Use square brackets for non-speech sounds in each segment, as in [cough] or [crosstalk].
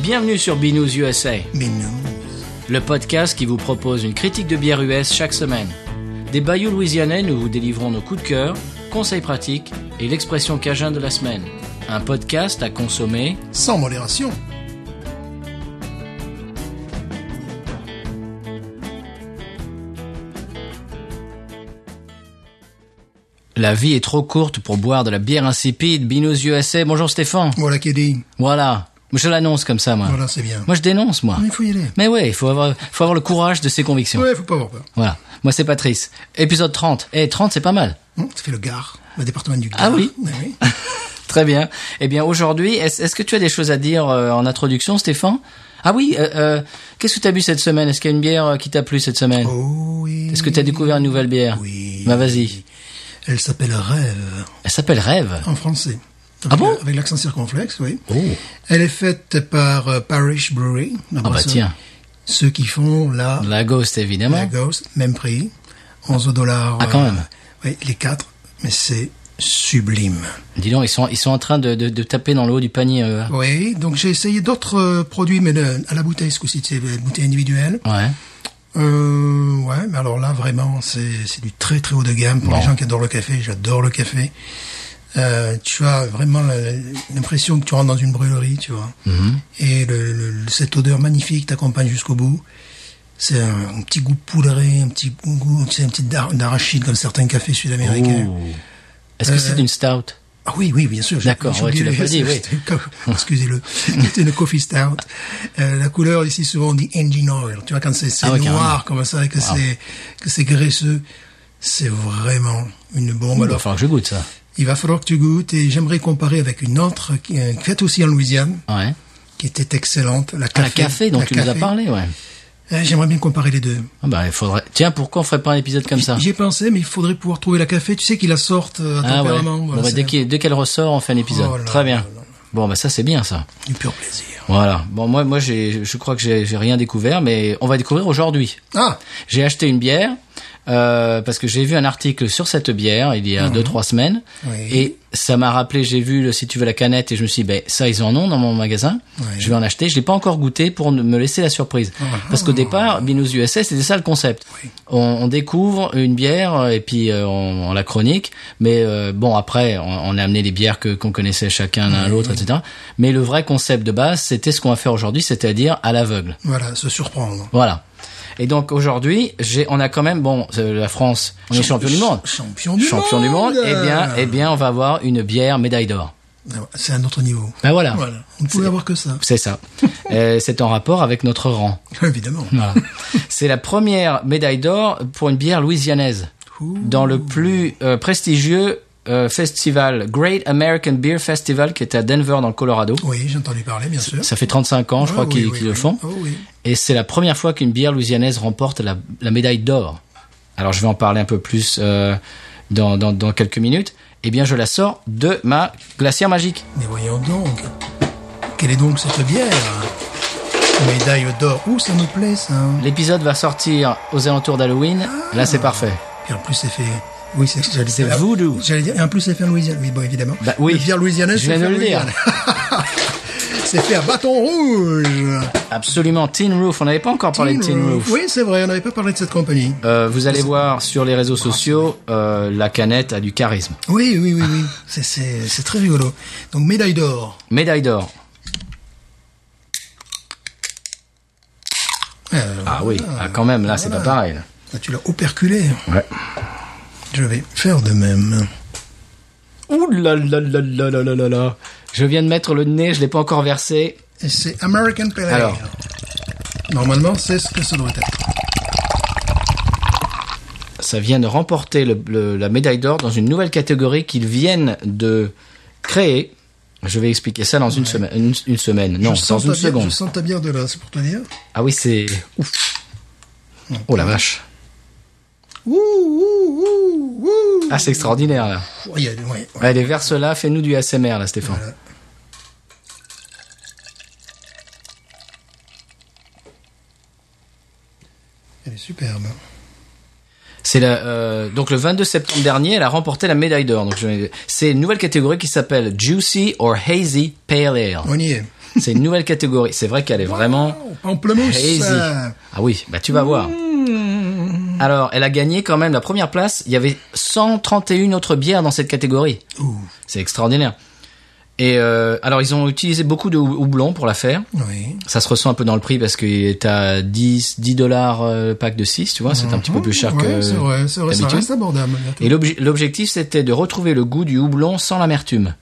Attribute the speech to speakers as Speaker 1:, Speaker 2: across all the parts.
Speaker 1: Bienvenue sur Binous USA,
Speaker 2: Mais non.
Speaker 1: le podcast qui vous propose une critique de bière US chaque semaine. Des bayous louisianais, nous vous délivrons nos coups de cœur, conseils pratiques et l'expression cajun de la semaine. Un podcast à consommer.
Speaker 2: Sans modération.
Speaker 1: La vie est trop courte pour boire de la bière insipide. Binous USA, bonjour Stéphane.
Speaker 2: Voilà qui est dit.
Speaker 1: Voilà, je l'annonce comme ça, moi.
Speaker 2: Voilà, c'est bien.
Speaker 1: Ah. Moi, je dénonce, moi.
Speaker 2: Mais il faut y aller.
Speaker 1: Mais ouais, il faut avoir, faut avoir le courage de ses convictions.
Speaker 2: Ouais, faut pas avoir peur.
Speaker 1: Voilà. Moi, c'est Patrice. Épisode 30. Eh, 30, c'est pas mal.
Speaker 2: Hum, Ça fait le Gard, le département du Gard.
Speaker 1: Ah oui.
Speaker 2: Ouais, oui.
Speaker 1: Très bien. Eh bien, aujourd'hui, est-ce est-ce que tu as des choses à dire euh, en introduction, Stéphane Ah oui, euh, euh, qu'est-ce que tu as bu cette semaine Est-ce qu'il y a une bière euh, qui t'a plu cette semaine
Speaker 2: Oh oui.
Speaker 1: Est-ce que tu as découvert une nouvelle bière
Speaker 2: Oui.
Speaker 1: Bah, vas-y.
Speaker 2: Elle s'appelle Rêve,
Speaker 1: Elle s'appelle Rêve.
Speaker 2: en français.
Speaker 1: Ah bon
Speaker 2: Avec l'accent circonflexe, oui.
Speaker 1: Oh.
Speaker 2: Elle est faite par euh, Parish Brewery. la
Speaker 1: Ah bah
Speaker 2: brasserie.
Speaker 1: tiens.
Speaker 2: Ceux qui font la,
Speaker 1: La Ghost, évidemment.
Speaker 2: la Ghost, même prix, 11 dollars.
Speaker 1: Ah, quand même.
Speaker 2: Oui, les quatre, mais c'est sublime.
Speaker 1: Dis donc, ils sont, ils sont en train de, de, de taper dans le haut du panier. eux, hein.
Speaker 2: Oui, donc j'ai essayé d'autres euh, produits, mais euh, à la bouteille, ce coup-ci, c'est euh, bouteille individuelle.
Speaker 1: Ouais.
Speaker 2: Euh, ouais, mais alors là, vraiment, c'est c'est du très très haut de gamme pour les gens qui adorent le café. J'adore le café. Euh, tu as vraiment la- l'impression que tu rentres dans une brûlerie, tu vois. Et le, le- cette odeur magnifique t'accompagne jusqu'au bout. C'est un, un petit goût poudré, un petit goût, tu sais, un petit d'ar- d'arachide comme certains cafés sud-américains.
Speaker 1: Oh. Est-ce que
Speaker 2: Euh,
Speaker 1: c'est une stout
Speaker 2: Ah oui, oui, bien sûr. j'ai-
Speaker 1: D'accord,
Speaker 2: j'ai
Speaker 1: ouais, tu
Speaker 2: oublié
Speaker 1: l'as pas
Speaker 2: le-
Speaker 1: dit, oui.
Speaker 2: [laughs] c'était une co- Excusez-le. C'était une coffee stout. Euh, la couleur ici souvent on dit engine oil. Tu vois quand c'est c'est
Speaker 1: Ah ouais,
Speaker 2: noir comme ça et que c'est que c'est graisseux, c'est vraiment une bombe.
Speaker 1: Il va
Speaker 2: Alors,
Speaker 1: falloir que je goûte ça.
Speaker 2: il va falloir que tu goûtes et j'aimerais comparer avec une autre qui est faite aussi en Louisiane,
Speaker 1: Ouais.
Speaker 2: qui était excellente, la
Speaker 1: Ah,
Speaker 2: café.
Speaker 1: la café dont
Speaker 2: la
Speaker 1: tu nous as
Speaker 2: café.
Speaker 1: parlé, ouais.
Speaker 2: Euh, J'aimerais bien comparer les deux.
Speaker 1: Ah bah, il faudrait. Tiens, pourquoi on ferait pas un épisode comme ça
Speaker 2: J'y ai pensé, mais il faudrait pouvoir trouver la café. Tu sais qu'ils la sortent euh, à
Speaker 1: Ah ouais.
Speaker 2: tempérament.
Speaker 1: Bon,
Speaker 2: Voilà,
Speaker 1: bah,
Speaker 2: c'est
Speaker 1: dès qu'il- dès qu'elle ressort, on fait un épisode.
Speaker 2: Oh là
Speaker 1: Très bien.
Speaker 2: là là.
Speaker 1: Bon, bah ça c'est bien ça.
Speaker 2: du pur plaisir.
Speaker 1: Voilà. Bon, moi, moi, j'ai, je crois que j'ai, j'ai rien découvert, mais on va découvrir aujourd'hui.
Speaker 2: Ah,
Speaker 1: J'ai acheté une bière euh, parce que j'ai vu un article sur cette bière il y a deux trois semaines
Speaker 2: Mhm. Oui.
Speaker 1: et ça m'a rappelé. J'ai vu le, si tu veux la canette et je me suis dit, ben ça ils en ont dans mon magasin.
Speaker 2: Oui. Ah.
Speaker 1: Je vais en acheter. Je l'ai pas encore goûté pour ne- me laisser la surprise parce qu'au départ, Binous USA c'était ça le concept. On, on découvre une bière euh, et puis euh, on, on la chronique. Mais euh, bon après, on, on a amené les bières que qu'on connaissait chacun l'un à l'autre, etc. Mais le vrai concept de base, c'était ce qu'on va faire aujourd'hui, c'est-à-dire à l'aveugle.
Speaker 2: voilà, se surprendre.
Speaker 1: Voilà. Et donc aujourd'hui, j'ai, on a quand même, bon, euh, la France, on est champion du monde.
Speaker 2: Champion du
Speaker 1: champion
Speaker 2: monde. Ah.
Speaker 1: du monde. Eh bien, eh bien, on va avoir une bière médaille d'or.
Speaker 2: C'est un autre niveau.
Speaker 1: Ben voilà.
Speaker 2: Voilà. On ne pouvait avoir que ça. [laughs]
Speaker 1: C'est ça. Euh, c'est en rapport avec notre rang.
Speaker 2: Évidemment. [laughs]
Speaker 1: Voilà. c'est la première médaille d'or pour une bière louisianaise
Speaker 2: Ouh.
Speaker 1: dans le plus euh, prestigieux euh, festival Great American Beer Festival qui est à Denver dans le Colorado.
Speaker 2: Oui, j'ai entendu parler, bien sûr.
Speaker 1: Ça fait 35 ans, je crois,
Speaker 2: Ah, oui,
Speaker 1: qu'ils
Speaker 2: oui,
Speaker 1: qu'ils le
Speaker 2: oui.
Speaker 1: font.
Speaker 2: Oh, oui.
Speaker 1: Et c'est la première fois qu'une bière louisianaise remporte la, la médaille d'or. Alors je vais en parler un peu plus euh, dans, dans, dans quelques minutes. Eh bien, je la sors de ma glacière magique.
Speaker 2: Mais voyons donc. Quelle est donc cette bière Médaille d'or. Ouh, ça me plaît, ça.
Speaker 1: L'épisode va sortir aux alentours d'Halloween. Là, c'est parfait.
Speaker 2: Et en plus, c'est fait. Oui, c'est j'allais
Speaker 1: C'est
Speaker 2: dire-
Speaker 1: voodoo.
Speaker 2: J'allais dire. Et en plus, c'est fait en Louisiane. Oui, bon, évidemment.
Speaker 1: Bah oui.
Speaker 2: Le bière louisianaise,
Speaker 1: Je viens
Speaker 2: c'est
Speaker 1: de
Speaker 2: fait
Speaker 1: le dire.
Speaker 2: en Louisiane. [laughs] c'est fait à bâton rouge. Mmh.
Speaker 1: Absolument. Tin Roof. On n'avait pas encore parlé de Tin Roof.
Speaker 2: Oui, c'est vrai. On n'avait pas parlé de cette compagnie.
Speaker 1: Euh, vous allez voir sur les réseaux sociaux, euh, la canette a du charisme.
Speaker 2: Oui, oui, oui, oui. C'est- C'est c'est très rigolo. Donc, médaille d'or.
Speaker 1: Médaille d'or.
Speaker 2: Euh,
Speaker 1: Ah oui, ah, quand même, là, c'est pas pareil. là.
Speaker 2: là, Ah, tu l'as operculé.
Speaker 1: Ouais.
Speaker 2: Je vais faire de même.
Speaker 1: Ouh là là là là là là là là. Je viens de mettre le nez, je l'ai pas encore versé.
Speaker 2: Et c'est American Pale Ale.
Speaker 1: Alors.
Speaker 2: Normalement, c'est ce que ça doit être.
Speaker 1: ça vient de remporter le- le- la médaille d'or dans une nouvelle catégorie qu'ils viennent de créer. Je vais expliquer ça dans une semaine. Une, une semaine, non,
Speaker 2: je
Speaker 1: dans
Speaker 2: sens
Speaker 1: une
Speaker 2: ta bière-
Speaker 1: seconde.
Speaker 2: Je sens ta bière de là, c'est pour te dire.
Speaker 1: Ah oui, c'est. Ouf. Oh la vache.
Speaker 2: Ouh, ouh, ouh, ouh.
Speaker 1: Ah, c'est extraordinaire là.
Speaker 2: Ouais, il y a- ouais, ouais.
Speaker 1: Allez, verse là, fais-nous du ASMR là, Stéphane.
Speaker 2: Voilà. Elle est superbe.
Speaker 1: C'est la, euh, donc le 22 septembre dernier, elle a remporté la médaille d'or. Donc je vais- c'est une nouvelle catégorie qui s'appelle Juicy or Hazy Pale Ale.
Speaker 2: On y est. Oh,
Speaker 1: C'est une nouvelle catégorie. C'est vrai qu'elle est vraiment
Speaker 2: Pamplemousse.
Speaker 1: crazy.
Speaker 2: euh,
Speaker 1: Ah oui, bah tu vas voir.
Speaker 2: Mmh.
Speaker 1: Alors, elle a gagné quand même la première place. Il y avait 131 autres bières dans cette catégorie.
Speaker 2: ouh,
Speaker 1: C'est extraordinaire. Et euh, alors, ils ont utilisé beaucoup de hou- houblon pour la faire.
Speaker 2: oui.
Speaker 1: Ça se ressent un peu dans le prix parce que t'as 10 10 dollars euh, le pack de 6, tu vois, c'est un petit peu plus cher
Speaker 2: Ouais,
Speaker 1: que
Speaker 2: c'est vrai, c'est vrai, ça
Speaker 1: d'habitude.
Speaker 2: reste abordable. malgré tout.
Speaker 1: Et l'obje- l'objectif c'était de retrouver le goût du houblon sans l'amertume.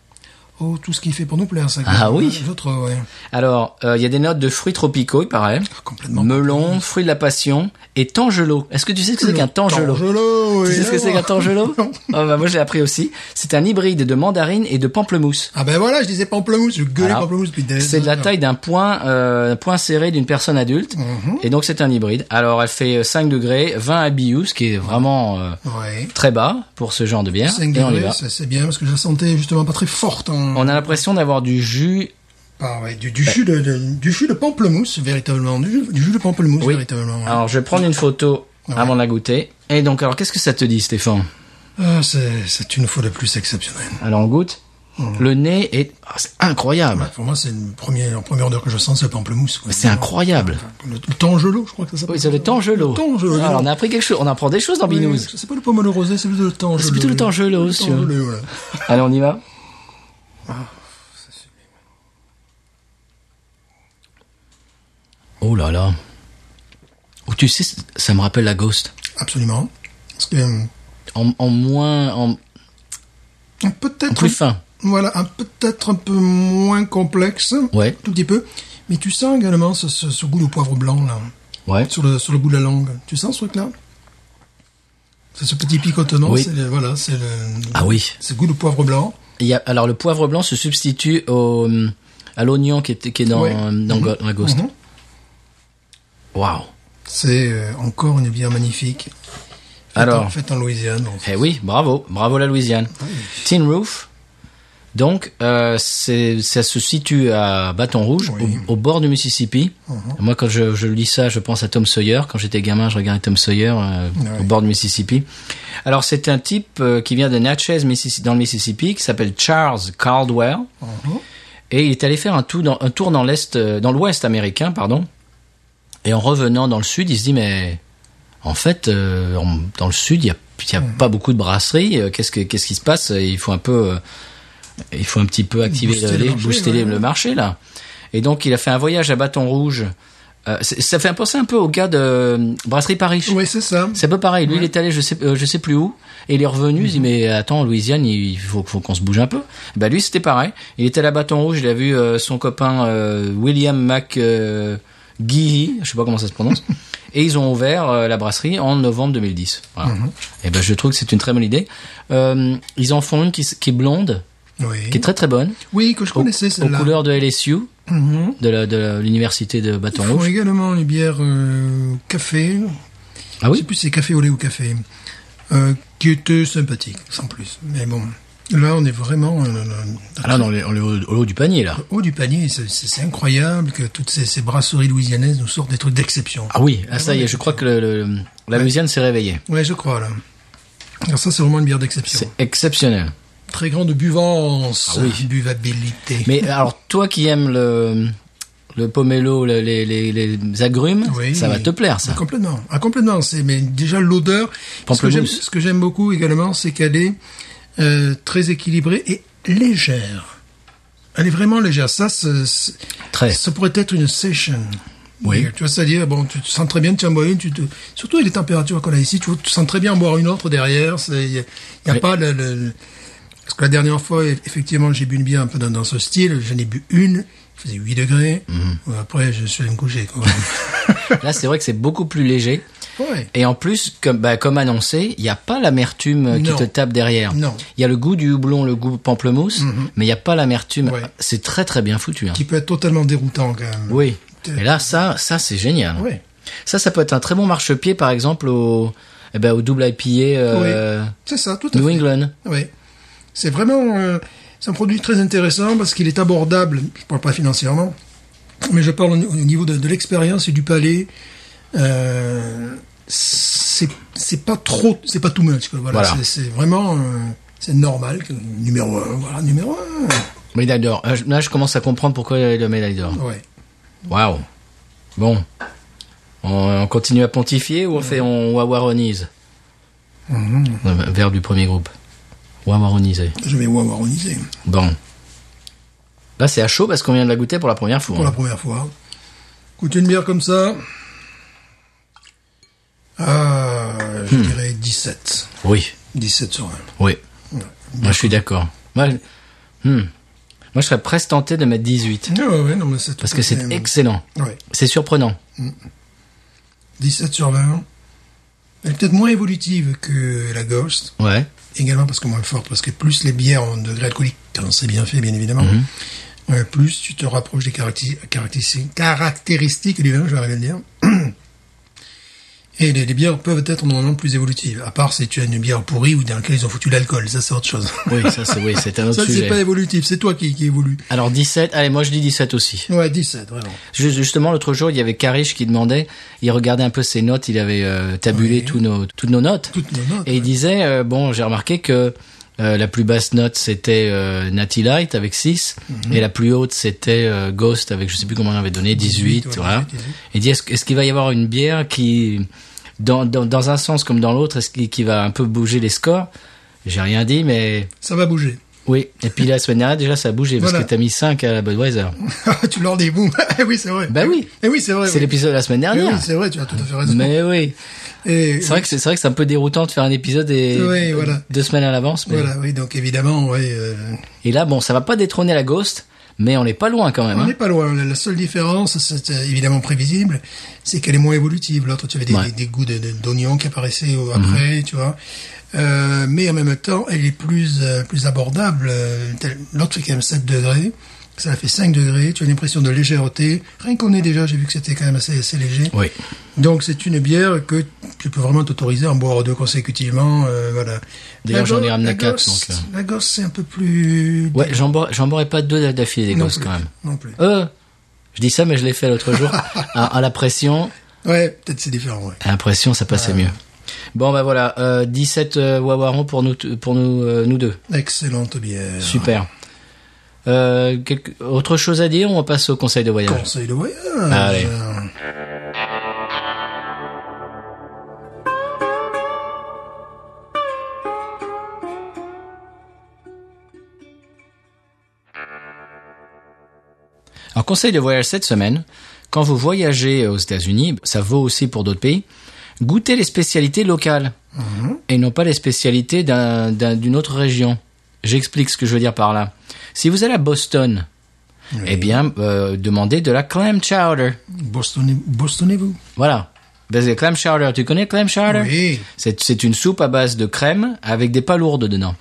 Speaker 2: Oh, tout ce qui fait pour nous plaire, ça.
Speaker 1: Ah oui.
Speaker 2: L'autre, ouais.
Speaker 1: Alors, euh, il y a des notes de fruits tropicaux, il paraît.
Speaker 2: Complètement.
Speaker 1: Melon, fruits de la passion et tangelot. Est-ce que tu sais ce que c'est qu'un tangelot
Speaker 2: Tangelot,
Speaker 1: Tu sais ce que c'est qu'un
Speaker 2: évidemment.
Speaker 1: tangelot
Speaker 2: [laughs] Non.
Speaker 1: Ah bah, Moi je l'ai appris aussi. C'est un hybride de mandarine et de pamplemousse.
Speaker 2: Ah ben voilà, je disais pamplemousse, je gueulais
Speaker 1: Alors,
Speaker 2: pamplemousse depuis des
Speaker 1: C'est de la
Speaker 2: heures.
Speaker 1: taille d'un point, euh, un point serré d'une personne adulte.
Speaker 2: Mhm.
Speaker 1: Et donc c'est un hybride. Alors elle fait euh, 5 degrés, 20 à BIU, ce qui est vraiment euh,
Speaker 2: Ouais.
Speaker 1: très bas pour ce genre de bière.
Speaker 2: 5
Speaker 1: et on y
Speaker 2: degrés,
Speaker 1: va.
Speaker 2: ça, c'est bien parce que je la sentais justement pas très forte en.
Speaker 1: On a l'impression d'avoir du jus.
Speaker 2: Ah ouais, du, du jus de, de- du jus de pamplemousse véritablement, du, jus- du jus de pamplemousse
Speaker 1: Oui.
Speaker 2: véritablement. ouais.
Speaker 1: Alors je vais prendre une photo avant de la goûter. Et donc alors qu'est-ce que ça te dit Stéphane
Speaker 2: Ah, c'est c'est une fois de plus exceptionnelle.
Speaker 1: Alors on goûte.
Speaker 2: Oh.
Speaker 1: Le nez est, ah, c'est incroyable.
Speaker 2: Pour moi, c'est une première en première odeur que je sens, c'est le pamplemousse. quoi.
Speaker 1: C'est incroyable.
Speaker 2: Le, le tangelot, je crois que ça s'appelle.
Speaker 1: Oui, c'est le tangelot.
Speaker 2: Le tangelot.
Speaker 1: Ah, on a appris quelque chose. On apprend des choses dans
Speaker 2: Oui,
Speaker 1: Binous.
Speaker 2: C'est pas le pomelo rosé, c'est plutôt le tangelot.
Speaker 1: C'est plutôt le tangelot,
Speaker 2: Le
Speaker 1: si tu veux.
Speaker 2: tangelot, voilà.
Speaker 1: Allez, on y va. Oh là là. Oh, tu sais, ça me rappelle la Ghost.
Speaker 2: Absolument. Parce que, euh,
Speaker 1: En, en moins, en
Speaker 2: peut-être
Speaker 1: plus fin.
Speaker 2: Voilà, un- peut-être un peu moins complexe.
Speaker 1: Ouais.
Speaker 2: Tout petit peu. Mais tu sens également ce, ce- ce goût de poivre blanc, là.
Speaker 1: Ouais.
Speaker 2: Sur le, sur le bout de la langue. Tu sens ce truc-là C'est ce petit picotement.
Speaker 1: Oui.
Speaker 2: c'est le- voilà, c'est le.
Speaker 1: Ah oui.
Speaker 2: Ce goût de poivre blanc.
Speaker 1: Il y a, alors le poivre blanc se substitue au, hum, à l'oignon qui est, qui est dans,
Speaker 2: Ouais.
Speaker 1: dans Go- dans la Ghost.
Speaker 2: Mhm.
Speaker 1: Waouh.
Speaker 2: C'est euh, encore une bière magnifique. Faite
Speaker 1: Alors.
Speaker 2: en, faite en Louisiane. donc.
Speaker 1: Eh oui, bravo, bravo la Louisiane. Tin Roof. Donc, euh, c'est- ça se situe à Baton Rouge,
Speaker 2: Oui. Oh.
Speaker 1: au, au bord du Mississippi.
Speaker 2: Mhm,
Speaker 1: Moi, quand je, je lis ça, je pense à Tom Sawyer. Quand j'étais gamin, je regardais Tom Sawyer euh,
Speaker 2: Ouais.
Speaker 1: au bord du Mississippi. Alors, c'est un type euh, qui vient de Natchez, Missis- dans le Mississippi, qui s'appelle Charles Caldwell.
Speaker 2: mhm.
Speaker 1: Et il est allé faire un, tout dans, un tour dans l'est, euh, dans l'ouest américain, pardon. Et en revenant dans le sud, il se dit mais en fait, euh, en- dans le sud, il n'y a, il y
Speaker 2: Hmm.
Speaker 1: a pas beaucoup de brasseries. Euh, Qu'est-ce que- qu'est-ce qui se passe Il faut un peu, euh, il faut un petit peu activer
Speaker 2: Booster
Speaker 1: le,
Speaker 2: le
Speaker 1: les-
Speaker 2: marché,
Speaker 1: booster
Speaker 2: ouais.
Speaker 1: le marché là. Et donc, il a fait un voyage à Bâton Rouge. Euh, c'est- ça fait penser un peu au gars de euh, Brasserie Paris.
Speaker 2: Oui, c'est ça.
Speaker 1: C'est un peu pareil. Lui, il est allé, je sais, euh, je sais plus où, et il est revenu. Il dit mais attends, en Louisiane, il faut, faut qu'on se bouge un peu. Bah lui, c'était pareil. Il était à la Bâton Rouge. Il a vu euh, son copain euh, William Mac euh, Geehee, je sais pas comment ça se [laughs] prononce. et ils ont ouvert euh, la brasserie en novembre 2010. Voilà. Et ben je trouve que c'est une très bonne idée. Euh, ils en font une qui, s- qui est blonde,
Speaker 2: Oui.
Speaker 1: qui est très très bonne,
Speaker 2: Oui, que je
Speaker 1: aux,
Speaker 2: connaissais
Speaker 1: aux
Speaker 2: celle-là.
Speaker 1: couleurs de LSU,
Speaker 2: Mhm.
Speaker 1: de la- de l'université de Bâton
Speaker 2: Ils font
Speaker 1: Rouge.
Speaker 2: également les bières euh, café.
Speaker 1: Ah
Speaker 2: Je sais
Speaker 1: oui.
Speaker 2: plus si c'est café au lait ou café. Euh, qui était sympathique, sans plus. Mais bon, là, on est vraiment euh, euh,
Speaker 1: Ah là, on est on est au, au haut du panier là.
Speaker 2: haut du panier. C'est- C'est c'est incroyable que toutes ces, ces brasseries louisianaises nous sortent des trucs d'exception.
Speaker 1: Ah oui, ah, ça y est, je crois que le- le- la Louisiane s'est réveillée.
Speaker 2: Ouais, je crois, là. Alors ça, c'est vraiment une bière d'exception.
Speaker 1: C'est exceptionnel.
Speaker 2: Très grande buvance,
Speaker 1: Ah oui.
Speaker 2: buvabilité.
Speaker 1: Mais euh, alors, toi qui aimes le, le pomelo, le- les, les, les agrumes,
Speaker 2: Oui.
Speaker 1: ça va te plaire, ça.
Speaker 2: Complètement. Ah, complètement. C'est, mais déjà l'odeur. Ce que j'aime,
Speaker 1: Pamplemousse.
Speaker 2: ce que j'aime beaucoup également, c'est qu'elle est, euh, très équilibrée et légère. Elle est vraiment légère. Ça, c'est- c'est-
Speaker 1: Très.
Speaker 2: ça pourrait être une session.
Speaker 1: Oui.
Speaker 2: Tu vois, c'est-à-dire, bon, tu te sens très bien, tu en bois une, tu te, surtout avec les températures qu'on a ici, tu, tu sens très bien en boire une autre derrière, c'est, il y a, y a
Speaker 1: Oui.
Speaker 2: pas le, le- parce que la dernière fois, effectivement, j'ai bu une bière un peu dans, dans ce style, j'en ai bu une, il faisait 8 degrés, euh, après, je suis allé me coucher, [laughs] quoi.
Speaker 1: Là, c'est vrai que c'est beaucoup plus léger.
Speaker 2: ouais.
Speaker 1: Et en plus, comme, bah, comme annoncé, il n'y a pas l'amertume euh, qui
Speaker 2: Non.
Speaker 1: te tape derrière.
Speaker 2: Non. Mhm.
Speaker 1: Il y a le goût du houblon, le goût pamplemousse, mais il n'y a pas l'amertume.
Speaker 2: Ouais.
Speaker 1: C'est très très bien foutu. hein.
Speaker 2: Qui peut être totalement déroutant, quand même.
Speaker 1: Oui. Et là, ça, ça c'est génial.
Speaker 2: Ouais.
Speaker 1: Ça, ça peut être un très bon marchepied, par exemple, au, eh ben, au double IPA euh,
Speaker 2: C'est ça, tout à
Speaker 1: New
Speaker 2: fait.
Speaker 1: England.
Speaker 2: Ah Oui. C'est vraiment euh, c'est un produit très intéressant parce qu'il est abordable. Je parle pas financièrement, mais je parle au, au niveau de, de l'expérience et du palais. Euh, c'est c'est pas trop, c'est pas too much. quoi. Voilà,
Speaker 1: Voilà.
Speaker 2: C'est- c'est vraiment euh, c'est normal. que- numéro un, voilà, numéro un.
Speaker 1: Médaille d'or. Euh, Là, je commence à comprendre pourquoi il y avait la médaille d'or.
Speaker 2: Ouais.
Speaker 1: Waouh. Bon. On, on continue à pontifier ou on fait on wawaronise
Speaker 2: Mhm.
Speaker 1: Euh, Vers du premier groupe. Wawaroniser.
Speaker 2: Je vais hein, wawaroniser
Speaker 1: Bon. Là, c'est à chaud parce qu'on vient de la goûter pour la première fois. hein.
Speaker 2: pour la première fois. Coûte une bière comme ça. Ah, je
Speaker 1: Hmm.
Speaker 2: dirais 17.
Speaker 1: Oui,
Speaker 2: 17 sur 1.
Speaker 1: oui. Moi, je suis d'accord. Moi, je- hmm. Moi, je serais presque tenté de mettre 18
Speaker 2: Ah Ouais, ouais, ouais, non, mais c'est tout
Speaker 1: parce que
Speaker 2: à fait-
Speaker 1: c'est excellent.
Speaker 2: Ouais.
Speaker 1: C'est surprenant.
Speaker 2: 17 sur 20. Elle est peut-être moins évolutive que la Ghost,
Speaker 1: Ouais.
Speaker 2: également parce que moins forte, parce que plus les bières en degré alcoolique, quand c'est bien fait, bien évidemment,
Speaker 1: Mhm.
Speaker 2: euh, plus tu te rapproches des caracti- caractéristiques, caractéristiques du vin, je vais arriver à le dire. Et les, les bières peuvent être normalement plus évolutives, à part si tu as une bière pourrie ou dans laquelle ils ont foutu l'alcool, ça c'est autre chose.
Speaker 1: Oui, ça, c'est oui, c'est un autre
Speaker 2: [laughs] Ça c'est
Speaker 1: sujet.
Speaker 2: pas évolutif, c'est toi qui, qui évolue.
Speaker 1: Alors 17, allez, moi je dis 17 aussi.
Speaker 2: Ouais, 17, vraiment.
Speaker 1: Ju- Justement, l'autre jour, il y avait Karish qui demandait, il regardait un peu ses notes, il avait euh, tabulé
Speaker 2: Oui.
Speaker 1: tous nos, toutes nos notes.
Speaker 2: Toutes nos notes,
Speaker 1: Et
Speaker 2: ouais.
Speaker 1: il disait, euh, bon, j'ai remarqué que euh, la plus basse note, c'était euh, Natty Light avec 6,
Speaker 2: Mhm.
Speaker 1: et la plus haute, c'était euh, Ghost avec, je sais plus comment on avait donné, 18.
Speaker 2: 18, ouais,
Speaker 1: voilà.
Speaker 2: 18.
Speaker 1: Il dit, est-ce que- est-ce qu'il va y avoir une bière qui, dans, dans, dans un sens comme dans l'autre, est-ce qu'il qui va un peu bouger les scores J'ai rien dit, mais...
Speaker 2: Ça va bouger. [laughs]
Speaker 1: Oui, et puis la semaine dernière, déjà, ça a bougé, parce
Speaker 2: Voilà.
Speaker 1: que t'as mis 5 à la Budweiser.
Speaker 2: tu leur dis, boum. Eh [laughs] oui, c'est vrai.
Speaker 1: Bah oui.
Speaker 2: Eh oui, c'est vrai.
Speaker 1: C'est
Speaker 2: oui.
Speaker 1: l'épisode de la semaine
Speaker 2: Eh
Speaker 1: dernière.
Speaker 2: oui, c'est vrai, tu as tout à fait raison.
Speaker 1: Ah Mais oui,
Speaker 2: Et
Speaker 1: c'est vrai que c'est c'est vrai que c'est un peu déroutant de faire un épisode et
Speaker 2: Oui, voilà.
Speaker 1: deux semaines à l'avance. Mais...
Speaker 2: Voilà, oui, donc évidemment, ouais, euh,
Speaker 1: Et là, bon, ça va pas détrôner la Ghost, mais on n'est pas loin quand même.
Speaker 2: on
Speaker 1: hein.
Speaker 2: n'est pas loin. La la seule différence, c'est euh, évidemment prévisible, c'est qu'elle est moins évolutive. L'autre, tu avais des,
Speaker 1: Ouais. Mhm.
Speaker 2: des- des goûts de- de- d'oignons qui apparaissaient au- après, tu vois. Euh, mais en même temps, elle est plus euh, plus abordable. euh, tel- L'autre fait quand même 7 degrés. Ça a fait 5 degrés. Tu as l'impression de légèreté. Rien qu'on est déjà, j'ai vu que c'était quand même assez, assez léger.
Speaker 1: Oui.
Speaker 2: Donc c'est une bière que tu peux vraiment t'autoriser à en boire deux consécutivement. euh, voilà.
Speaker 1: D'ailleurs,
Speaker 2: La
Speaker 1: j'en ai
Speaker 2: go-
Speaker 1: ramené
Speaker 2: la
Speaker 1: quatre,
Speaker 2: Ghost-
Speaker 1: donc, euh.
Speaker 2: La gosse, c'est un peu plus...
Speaker 1: Ouais, j'en boirais j'en boirais pas deux d'affilée des
Speaker 2: Non
Speaker 1: Ghosts
Speaker 2: plus,
Speaker 1: quand même.
Speaker 2: Non plus.
Speaker 1: Euh, je dis ça, mais je l'ai fait l'autre
Speaker 2: [laughs]
Speaker 1: jour à, à la pression.
Speaker 2: Ouais, peut-être c'est différent, ouais.
Speaker 1: À la pression, ça passait mieux. Bon, bah voilà, euh, 17 euh, Wawarons pour nous t- pour nous euh, nous deux.
Speaker 2: Excellente bière.
Speaker 1: Super. Euh, quelque- Autre chose à dire ou on passe au conseil de voyage
Speaker 2: Conseil de voyage.
Speaker 1: Allez. Alors, conseil de voyage cette semaine, quand vous voyagez aux États-Unis, ça vaut aussi pour d'autres pays, goûtez les spécialités locales et non pas les spécialités d'un- d'un- d'une autre région. J'explique ce que je veux dire par là. Si vous allez à Boston, eh bien, euh, demandez de la clam chowder.
Speaker 2: Bostonez- Bostonez-vous.
Speaker 1: Voilà. Parce que clam chowder, tu connais clam chowder
Speaker 2: Oui.
Speaker 1: C'est c'est une soupe à base de crème avec des palourdes dedans.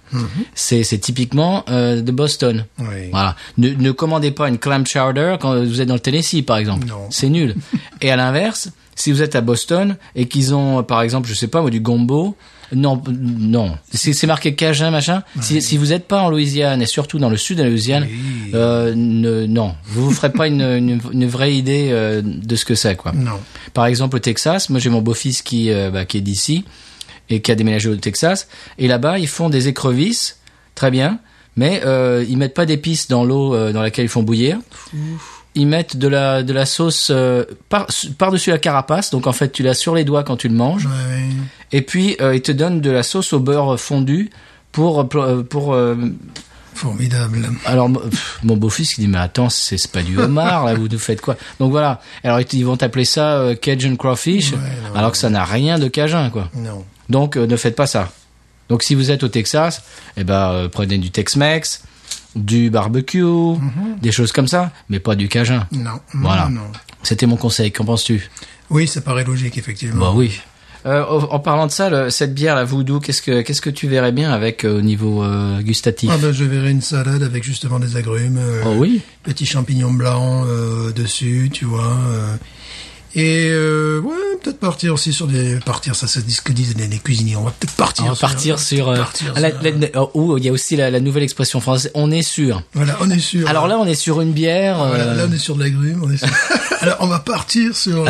Speaker 1: C'est c'est typiquement euh, de Boston.
Speaker 2: Mhm. Oui.
Speaker 1: Voilà. Ne, ne commandez pas une clam chowder quand vous êtes dans le Tennessee, par exemple.
Speaker 2: Non.
Speaker 1: C'est
Speaker 2: [laughs]
Speaker 1: nul. et à l'inverse, si vous êtes à Boston et qu'ils ont, euh, par exemple, je sais pas, moi, du gombo, non, p- non. C'est c'est marqué Cajun, machin. Si, si vous n'êtes pas en Louisiane et surtout dans le sud de la Louisiane,
Speaker 2: Oui.
Speaker 1: euh, ne- non, vous vous ferez pas une, une, une vraie idée euh, de ce que c'est, quoi.
Speaker 2: Non.
Speaker 1: Par exemple, au Texas, moi j'ai mon beau-fils qui, euh, bah, qui est d'ici et qui a déménagé au Texas. Et là-bas, ils font des écrevisses, très bien, mais euh, ils mettent pas d'épices dans l'eau euh, dans laquelle ils font bouillir. Ils mettent de la, de la sauce euh, par- par-dessus la carapace, donc en fait tu l'as sur les doigts quand tu le manges.
Speaker 2: Ouais.
Speaker 1: Et puis euh, ils te donnent de la sauce au beurre fondu pour... pour, pour, euh,
Speaker 2: Formidable.
Speaker 1: alors m- pff, mon beau-fils il dit mais attends c'est c'est pas du homard là vous nous faites quoi donc voilà alors ils ils vont appeler ça euh, Cajun crawfish alors que ça n'a rien de Cajun quoi
Speaker 2: Non.
Speaker 1: donc euh, ne faites pas ça donc si vous êtes au Texas eh ben euh, prenez du Tex-Mex du barbecue des choses comme ça mais pas du Cajun
Speaker 2: Non.
Speaker 1: voilà
Speaker 2: Non, non.
Speaker 1: c'était mon conseil qu'en penses-tu
Speaker 2: Oui, ça paraît logique, effectivement.
Speaker 1: bah oui Euh, en en parlant de ça, le- cette bière, la voodoo, qu'est-ce que qu'est-ce que tu verrais bien avec euh, au niveau euh, gustatif
Speaker 2: Ah ben, je verrai une salade avec justement des agrumes. euh,
Speaker 1: Oh oui,
Speaker 2: petits champignons blancs euh, dessus, tu vois. euh. et euh, ouais, peut-être partir aussi sur des partir ça c'est ce que disent les, les cuisiniers. On va peut-être partir.
Speaker 1: On va partir sur. euh,
Speaker 2: partir
Speaker 1: la-
Speaker 2: sur-
Speaker 1: la- la- où il y a aussi la, la nouvelle expression française. On est sûr.
Speaker 2: Voilà, on est sûr.
Speaker 1: Alors là, on est sur une bière. euh,
Speaker 2: Voilà, là on est sur de l'agrumes. On est
Speaker 1: [laughs]
Speaker 2: sur... Alors on va partir euh, sur.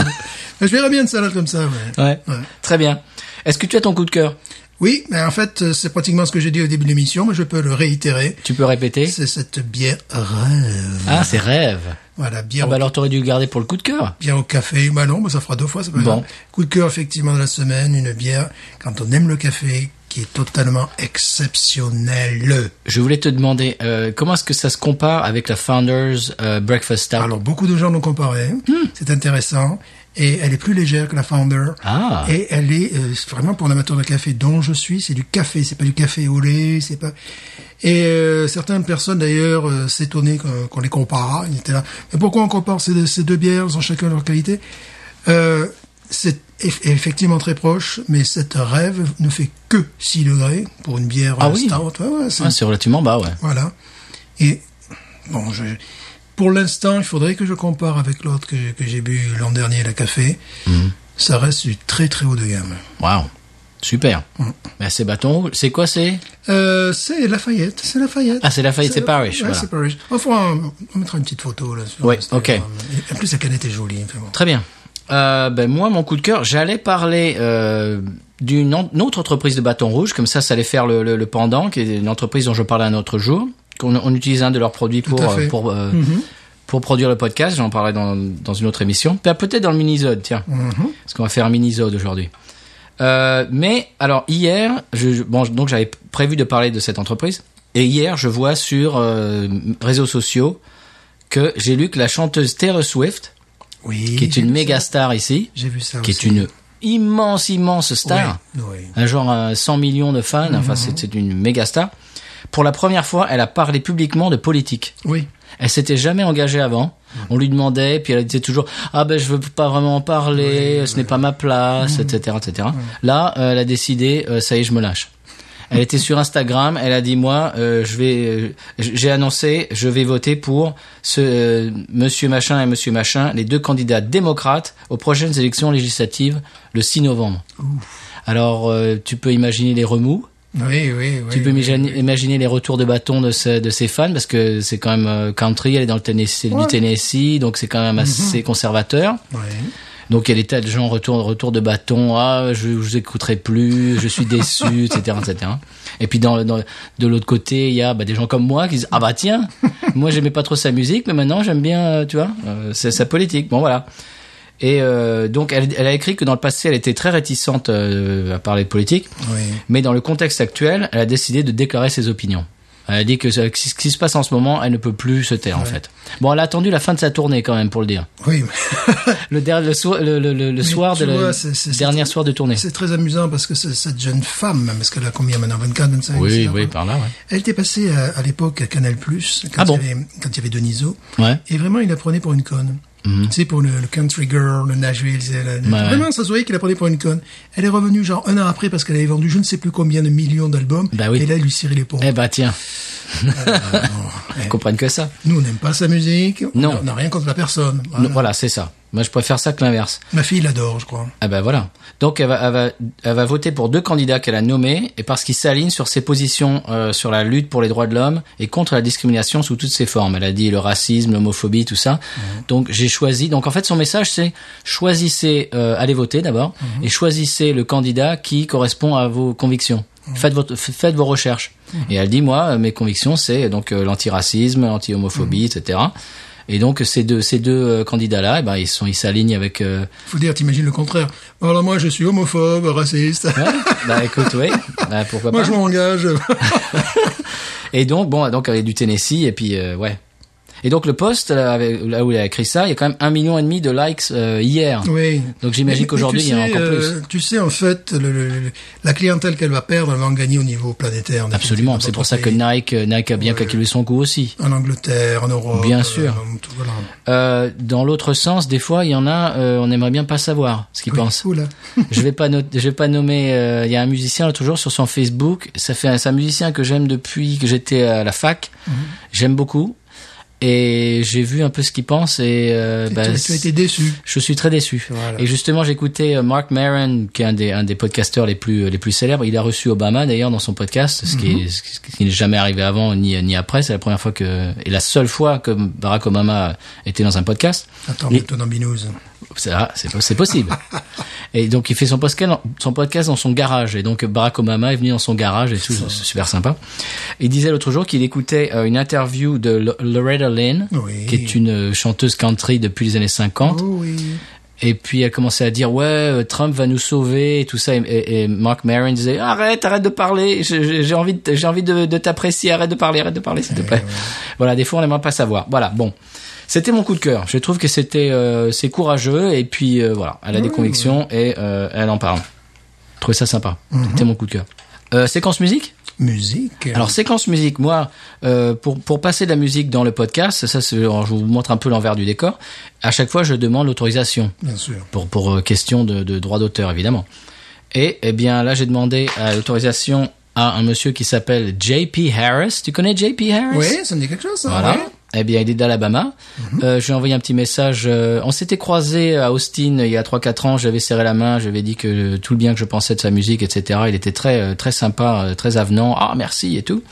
Speaker 2: je verrais bien une salade comme ça. Ouais.
Speaker 1: ouais. Très bien. Est-ce que tu as ton coup de cœur
Speaker 2: Oui, mais en fait, euh, c'est pratiquement ce que j'ai dit au début de l'émission, mais je peux le réitérer.
Speaker 1: Tu peux répéter
Speaker 2: C'est cette bière rêve.
Speaker 1: Ah, c'est rêve.
Speaker 2: Voilà,
Speaker 1: Ah
Speaker 2: bière,
Speaker 1: bah
Speaker 2: au,
Speaker 1: alors t'aurais dû le garder pour le coup de cœur.
Speaker 2: bière au café. Bah non, bah ça fera deux fois, ça peut
Speaker 1: Bon.
Speaker 2: Coup de cœur, effectivement, de la semaine, une bière, quand on aime le café, qui est totalement exceptionnelle.
Speaker 1: Je voulais te demander euh, comment est-ce que ça se compare avec la Founders euh, Breakfast Stout.
Speaker 2: Alors, beaucoup de gens l'ont comparée.
Speaker 1: Hmm.
Speaker 2: C'est intéressant. Et elle est plus légère que la Founder.
Speaker 1: Ah.
Speaker 2: Et elle est euh, vraiment pour un amateur de café dont je suis, c'est du café, c'est pas du café au lait, c'est pas. Et euh, certaines personnes d'ailleurs euh, s'étonnaient qu'on qu'on les compara. Ils étaient là. Mais pourquoi on compare ces deux, ces deux bières Elles ont chacun leur qualité. Euh, c'est eff- effectivement très proche, mais cette rêve ne fait que 6 degrés pour une bière
Speaker 1: Ah
Speaker 2: euh,
Speaker 1: oui.
Speaker 2: stout. Ouais, ouais, c'est-
Speaker 1: Ah, c'est relativement bas, ouais.
Speaker 2: voilà. Et bon, je, pour l'instant, il faudrait que je compare avec l'autre que, que j'ai bu l'an dernier, la café.
Speaker 1: Mhm.
Speaker 2: Ça reste du très très haut de gamme.
Speaker 1: Waouh, super. Ben, c'est bâton rouge. C'est quoi c'est
Speaker 2: Euh, c'est Lafayette, c'est Lafayette.
Speaker 1: Ah, c'est Lafayette, c'est Parrish,
Speaker 2: Ouais,
Speaker 1: voilà.
Speaker 2: c'est Parrish. Enfin, on, on mettra une petite photo là. Sur
Speaker 1: Ouais,
Speaker 2: Instagram.
Speaker 1: ok.
Speaker 2: Et- En plus, la canette est jolie. enfin bon.
Speaker 1: Très bien. Euh, ben moi, mon coup de cœur, j'allais parler euh, d'une en- une autre entreprise de bâton rouge, comme ça, ça allait faire le, le- le pendant, qui est une entreprise dont je parlais un autre jour, qu'on on utilise un de leurs produits pour
Speaker 2: à fait. Mhm.
Speaker 1: euh, pour euh, pour produire le podcast. J'en parlerai dans, dans une autre émission, Ben, peut-être dans le mini-zode, tiens, parce qu'on va faire un mini-zode aujourd'hui. Euh, mais alors hier, je, je- bon, je- donc j'avais prévu de parler de cette entreprise, et hier, je vois sur euh, réseaux sociaux que j'ai lu que la chanteuse Taylor Swift
Speaker 2: Oui.
Speaker 1: qui est
Speaker 2: j'ai
Speaker 1: une
Speaker 2: vu
Speaker 1: méga
Speaker 2: ça.
Speaker 1: star ici,
Speaker 2: J'ai vu ça.
Speaker 1: qui est
Speaker 2: aussi.
Speaker 1: une immense, immense star,
Speaker 2: Oui, oui.
Speaker 1: un genre euh, 100 millions de fans, enfin c'est c'est une méga star. Pour la première fois, elle a parlé publiquement de politique.
Speaker 2: Oui.
Speaker 1: Elle s'était jamais engagée avant. On lui demandait, puis elle disait toujours ah ben je veux pas vraiment en parler, ce n'est pas ma place, etc., etc. Là, euh, elle a décidé euh, ça y est, je me lâche. Elle était sur Instagram, elle a dit moi euh, je vais euh, j- j'ai annoncé je vais voter pour ce euh, monsieur machin et monsieur machin, les deux candidats démocrates aux prochaines élections législatives le 6 novembre. Alors euh, tu peux imaginer les remous.
Speaker 2: Oui, oui, oui.
Speaker 1: Tu peux
Speaker 2: oui.
Speaker 1: imaginer, imaginer les retours de bâton de, ce- de ses fans parce que c'est quand même euh, country, elle est dans le Tennessee, du Tennessee, donc c'est quand même
Speaker 2: Mhm.
Speaker 1: assez conservateur.
Speaker 2: Oui.
Speaker 1: Donc il y a des tas de gens retour, retour de bâton, ah je, je vous écouterai plus, je suis
Speaker 2: [laughs]
Speaker 1: déçu, etc., etc. Et puis dans, le- dans le- de l'autre côté, il y a bah, des gens comme moi qui disent ah bah tiens,
Speaker 2: [laughs]
Speaker 1: moi j'aimais pas trop sa musique, mais maintenant j'aime bien, euh, tu vois, euh, c'est sa politique. Bon voilà. Et euh, donc elle, elle a écrit que dans le passé elle était très réticente euh, à parler de politique,
Speaker 2: Oui.
Speaker 1: mais dans le contexte actuel, elle a décidé de déclarer ses opinions. Elle a dit que ce ce qui se passe en ce moment, elle ne peut plus se taire en fait. Bon, elle a attendu la fin de sa tournée quand même pour le dire.
Speaker 2: Oui.
Speaker 1: Le, der- le, so- le, le- le- le soir
Speaker 2: tu
Speaker 1: de la
Speaker 2: vois, c'est- c'est-
Speaker 1: dernière soir de tournée.
Speaker 2: C'est très amusant parce que c'est- cette jeune femme, parce qu'elle a combien maintenant 24, 25 je sais
Speaker 1: Oui,
Speaker 2: pas
Speaker 1: oui,
Speaker 2: quoi.
Speaker 1: par là, ouais.
Speaker 2: Elle était passée à, à l'époque à Canal+, quand,
Speaker 1: Ah bon
Speaker 2: il y avait, quand il y avait Deniso,
Speaker 1: Ouais.
Speaker 2: et vraiment, il la prenait pour une conne. Tu sais, pour le, le country girl, le Nashville, c'est la-
Speaker 1: Mhm. ouais.
Speaker 2: vraiment, ça se voyait qu'il la prenait pour une conne. Elle est revenue genre un an après parce qu'elle avait vendu je ne sais plus combien de millions d'albums,
Speaker 1: Bah oui.
Speaker 2: et là, elle lui cirait les pompes.
Speaker 1: Eh bah tiens,
Speaker 2: Eh,
Speaker 1: [laughs] ils comprennent que ça.
Speaker 2: Nous, on n'aime pas sa musique,
Speaker 1: Non.
Speaker 2: on n'a rien contre la personne. Voilà.
Speaker 1: Non, Voilà, c'est ça. Moi, je préfère ça que l'inverse.
Speaker 2: Ma fille l'adore, je crois.
Speaker 1: Ah ben voilà. Donc elle va, elle va, elle va voter pour deux candidats qu'elle a nommés et parce qu'ils s'alignent sur ses positions euh, sur la lutte pour les droits de l'homme et contre la discrimination sous toutes ses formes. Elle a dit le racisme, l'homophobie, tout ça. Donc j'ai choisi. Donc en fait son message c'est choisissez, euh, allez voter d'abord et choisissez le candidat qui correspond à vos convictions. Faites, votre, f- faites vos recherches. Et elle dit, moi, euh, mes convictions, c'est donc euh, l'antiracisme, l'anti-homophobie, etc. Et donc, ces deux, ces deux euh, candidats-là, eh ben, ils sont, ils s'alignent avec euh,
Speaker 2: Faut dire, t'imagines le contraire. Bon, Alors moi, je suis homophobe, raciste.
Speaker 1: Ouais, bah écoute, oui, bah, pourquoi
Speaker 2: moi,
Speaker 1: pas.
Speaker 2: je m'engage. [laughs]
Speaker 1: Et donc, bon, donc elle est du Tennessee, et puis, euh, ouais. Et donc le post, là, avec- là où il a écrit ça, il y a quand même un million et demi de likes euh, hier.
Speaker 2: oui.
Speaker 1: Donc j'imagine
Speaker 2: Mais-
Speaker 1: qu'aujourd'hui,
Speaker 2: mais
Speaker 1: il
Speaker 2: tu
Speaker 1: y en a
Speaker 2: sais,
Speaker 1: encore plus.
Speaker 2: euh, tu sais, en fait, le- le- le- la clientèle qu'elle va perdre, elle va en gagner au niveau planétaire.
Speaker 1: Absolument,
Speaker 2: définitivement,
Speaker 1: c'est
Speaker 2: dans
Speaker 1: pour ça que
Speaker 2: d'autres
Speaker 1: Nike, euh, Nike a bien
Speaker 2: Ouais.
Speaker 1: calculé son coût aussi.
Speaker 2: pays. En Angleterre, en Europe.
Speaker 1: Bien
Speaker 2: euh,
Speaker 1: sûr.
Speaker 2: en tout- voilà.
Speaker 1: Euh, dans l'autre sens, des fois, il y en a, euh, on aimerait bien pas savoir ce qu'ils
Speaker 2: Oui, hein.
Speaker 1: pensent.
Speaker 2: oula.
Speaker 1: je vais pas noter- je vais pas nommer euh, il y a un musicien toujours sur son Facebook ça fait un- c'est un musicien que j'aime depuis que j'étais à la fac j'aime beaucoup et j'ai vu un peu ce qu'il pense et euh,
Speaker 2: Tu-
Speaker 1: bah,
Speaker 2: tu, as été déçu.
Speaker 1: je suis très déçu.
Speaker 2: Voilà.
Speaker 1: Et justement, j'écoutais euh, Mark Maron, qui est un des, un des podcasteurs les plus, les plus célèbres. Il a reçu Obama, d'ailleurs, dans son podcast, ce qui est- ce qui n'est jamais arrivé avant ni, ni après. C'est la première fois que, et la seule fois que Barack Obama était dans un podcast.
Speaker 2: Attends,
Speaker 1: Les-
Speaker 2: Milton Ambinous.
Speaker 1: Ça, c'est c'est possible. et donc, il fait son podcast, son podcast dans son garage. Et donc, Barack Obama est venu dans son garage et tout. C'est super sympa. Il disait l'autre jour qu'il écoutait euh, une interview de Lo- Loretta Lynn,
Speaker 2: Oui.
Speaker 1: qui est une chanteuse country depuis les années 50.
Speaker 2: Oh oui.
Speaker 1: Et puis elle commençait à dire ouais euh, Trump va nous sauver et tout ça et, et- et Mark Maron disait arrête arrête de parler Je- je- j'ai envie de t- j'ai envie de, de t'apprécier arrête de parler arrête de parler s'il te plaît voilà des fois on n'aimerait pas savoir voilà bon c'était mon coup de cœur je trouve que c'était euh, c'est courageux et puis euh, voilà elle a des convictions et euh, elle en parle je trouvais ça sympa c'était mon coup de cœur Euh, séquence musique
Speaker 2: Musique.
Speaker 1: alors séquence musique, moi, euh, pour pour passer de la musique dans le podcast, ça c'est- alors, je vous montre un peu l'envers du décor. À chaque fois, je demande l'autorisation
Speaker 2: bien sûr.
Speaker 1: pour pour euh, question de, de droit d'auteur évidemment. Et eh bien là, j'ai demandé euh, l'autorisation à un monsieur qui s'appelle JP Harris. Tu connais JP Harris
Speaker 2: Oui, ça me dit quelque chose. ça,
Speaker 1: Voilà.
Speaker 2: ouais.
Speaker 1: Eh bien, il est d'Alabama. Euh, je lui ai envoyé un petit message. euh, on s'était croisé à Austin euh, il y a 3-4 ans. J'avais serré la main. J'avais dit que euh, tout le bien que je pensais de sa musique, etc. Il était très euh, très sympa, euh, très avenant. Ah merci et tout.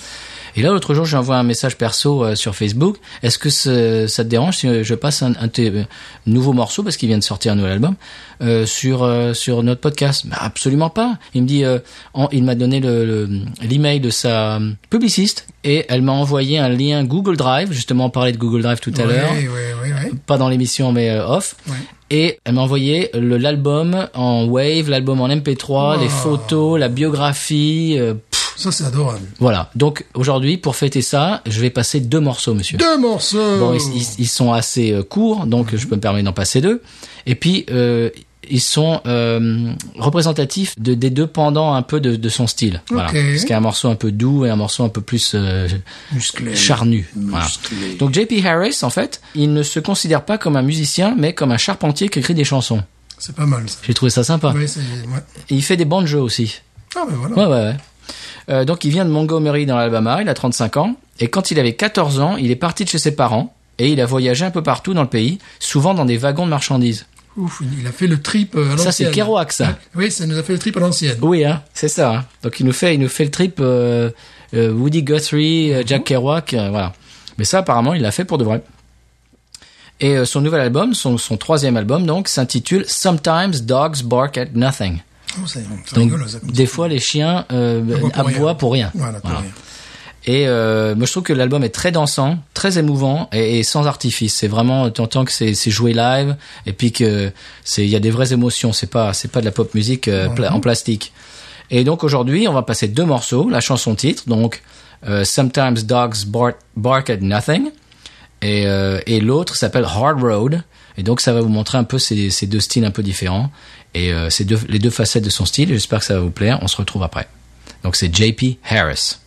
Speaker 1: Et là, l'autre jour, j'ai envoyé un message perso euh, sur Facebook. Est-ce que ce- ça te dérange si je passe un, un de tes, euh, nouveaux morceaux parce qu'il vient de sortir un nouvel album euh, sur euh, sur notre podcast Bah, Absolument pas. Il me dit, euh, en- il m'a donné le- le- l'email de sa euh, publiciste et elle m'a envoyé un lien Google Drive. Justement, on parlait de Google Drive tout à l'heure,
Speaker 2: Oui, oui, oui, oui.
Speaker 1: pas dans l'émission mais euh, off.
Speaker 2: Ouais.
Speaker 1: Et elle m'a envoyé le- l'album en Wave, l'album en MP3, les
Speaker 2: Wow.
Speaker 1: photos, la biographie. euh, pff,
Speaker 2: Ça, c'est adorable.
Speaker 1: voilà. Donc aujourd'hui, pour fêter ça, je vais passer deux morceaux, monsieur.
Speaker 2: Deux Mhm. morceaux.
Speaker 1: Bon, ils, ils- ils sont assez euh, courts, donc je peux me permettre d'en passer deux. Et puis, euh, ils sont euh, représentatifs de, des deux pendants un peu de, de son style. Voilà.
Speaker 2: Ok.
Speaker 1: Parce qu'il y a un morceau un peu doux et un morceau un peu plus euh,
Speaker 2: Musclés.
Speaker 1: charnu. Voilà.
Speaker 2: Musclés.
Speaker 1: Donc JP Harris, en fait, il ne se considère pas comme un musicien, mais comme un charpentier qui écrit des chansons.
Speaker 2: C'est pas mal, ça.
Speaker 1: J'ai trouvé ça sympa.
Speaker 2: Oui, c'est... ouais.
Speaker 1: Et il fait des banjos aussi.
Speaker 2: Ah, ben voilà.
Speaker 1: Ouais, ouais, ouais. Euh, donc, il vient de Montgomery dans l'Alabama, il a 35 ans, et quand il avait 14 ans, il est parti de chez ses parents, et il a voyagé un peu partout dans le pays, souvent dans des wagons de marchandises.
Speaker 2: Ouf, il a fait le trip euh, à l'ancienne.
Speaker 1: Ça, c'est Kerouac, ça.
Speaker 2: Ah, Oui, ça nous a fait le trip à l'ancienne.
Speaker 1: Oui, hein, c'est ça. hein. Donc, il nous fait, il nous fait le trip euh, euh, Woody Guthrie,
Speaker 2: Mhm.
Speaker 1: euh, Jack Kerouac, euh, voilà. Mais ça, apparemment, il l'a fait pour de vrai. Et euh, son nouvel album, son, son troisième album, donc, s'intitule Sometimes Dogs Bark at Nothing.
Speaker 2: Oh, c'est c'est
Speaker 1: Donc,
Speaker 2: rigolo, ça. comme
Speaker 1: des
Speaker 2: ça.
Speaker 1: fois, les chiens euh,
Speaker 2: Aboient pour rien.
Speaker 1: aboient pour rien.
Speaker 2: Voilà, pour
Speaker 1: Voilà.
Speaker 2: rien.
Speaker 1: Et euh, moi, je trouve que l'album est très dansant, très émouvant et, et sans artifice. C'est vraiment, t'entends que c'est c'est joué live et puis que c'est, il y a des vraies émotions. C'est pas, c'est pas de la pop musique euh, pla- en plastique. Et donc aujourd'hui, on va passer deux morceaux, la chanson titre, donc euh, Sometimes Dogs Bark, Bark at Nothing et, euh, et l'autre s'appelle Hard Road. Et donc ça va vous montrer un peu ces, ces deux styles un peu différents et euh, ces deux, les deux facettes de son style. J'espère que ça va vous plaire. On se retrouve après. Donc c'est JP Harris.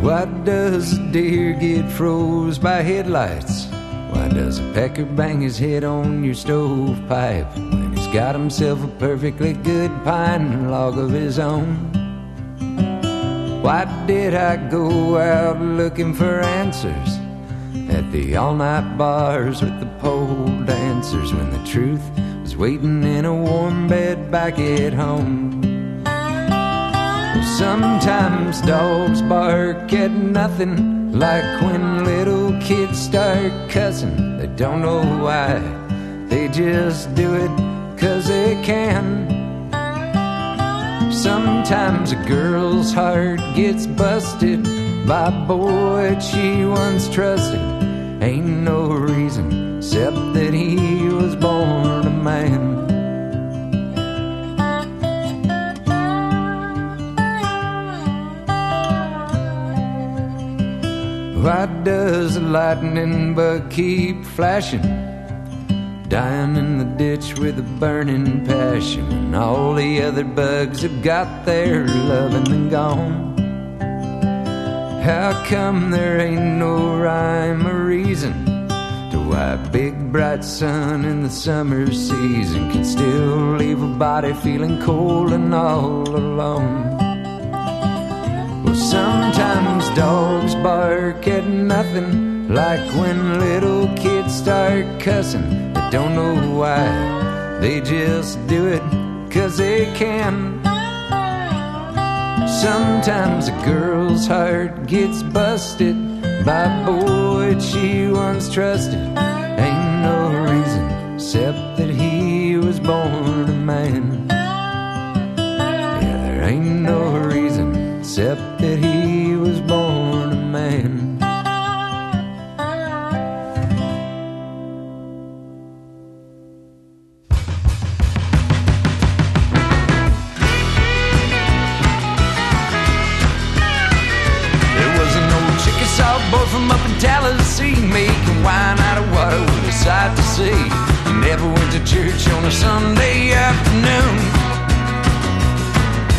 Speaker 3: Why does a deer get froze by headlights? Why does a pecker bang his head on your stovepipe when he's got himself a perfectly good pine log of his own? Why did I go out looking for answers at the all night bars with the pole dancers when the truth was waiting in a warm bed back at home? Sometimes dogs bark at nothing, like when little kids start cussing. They don't know why, they just do it cause they can. Sometimes a girl's heart gets busted by a boy she once trusted. Ain't no reason except that he was born a man. Why does the lightning bug keep flashing? Dying in the ditch with a burning passion. And all the other bugs have got their loving and gone. How come there ain't no rhyme or reason to why a big bright sun in the summer season can still leave a body feeling cold and all alone? Well, sometimes dogs bark at nothing, like when little kids start cussing. They don't know why, They just do it 'cause they can. Sometimes a girl's heart gets busted by a boy she once trusted. Ain't no reason except that he was born a man. Yeah, there ain't no reason except that he was born a man. There was an old Chickasaw boy from up in Tennessee making wine out of water with a sight to see. He never went to church on a Sunday afternoon.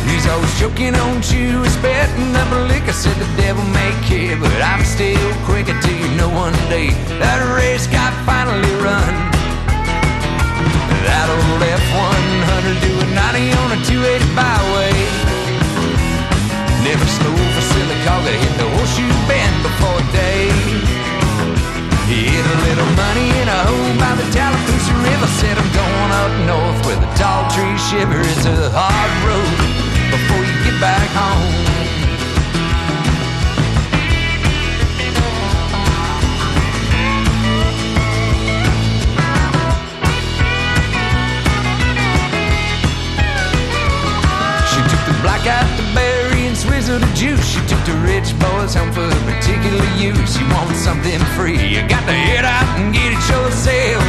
Speaker 3: He's always choking on chews, spitting up liquor. Said the devil may care, but I'm still quicker to you know one day that race got finally run. That old F-100 doing 90 on a 280 byway. Never slow for silly cause I hit the horseshoe bend before day. He hid a little money in a hole by the Tallapoosa River. Said I'm going up north where the tall trees shiver. It's a hard road before you get back home. She took the black out to berry and swizzled the juice. She took the rich boys home for particular use. You want something free, you got to head out and get it yourself.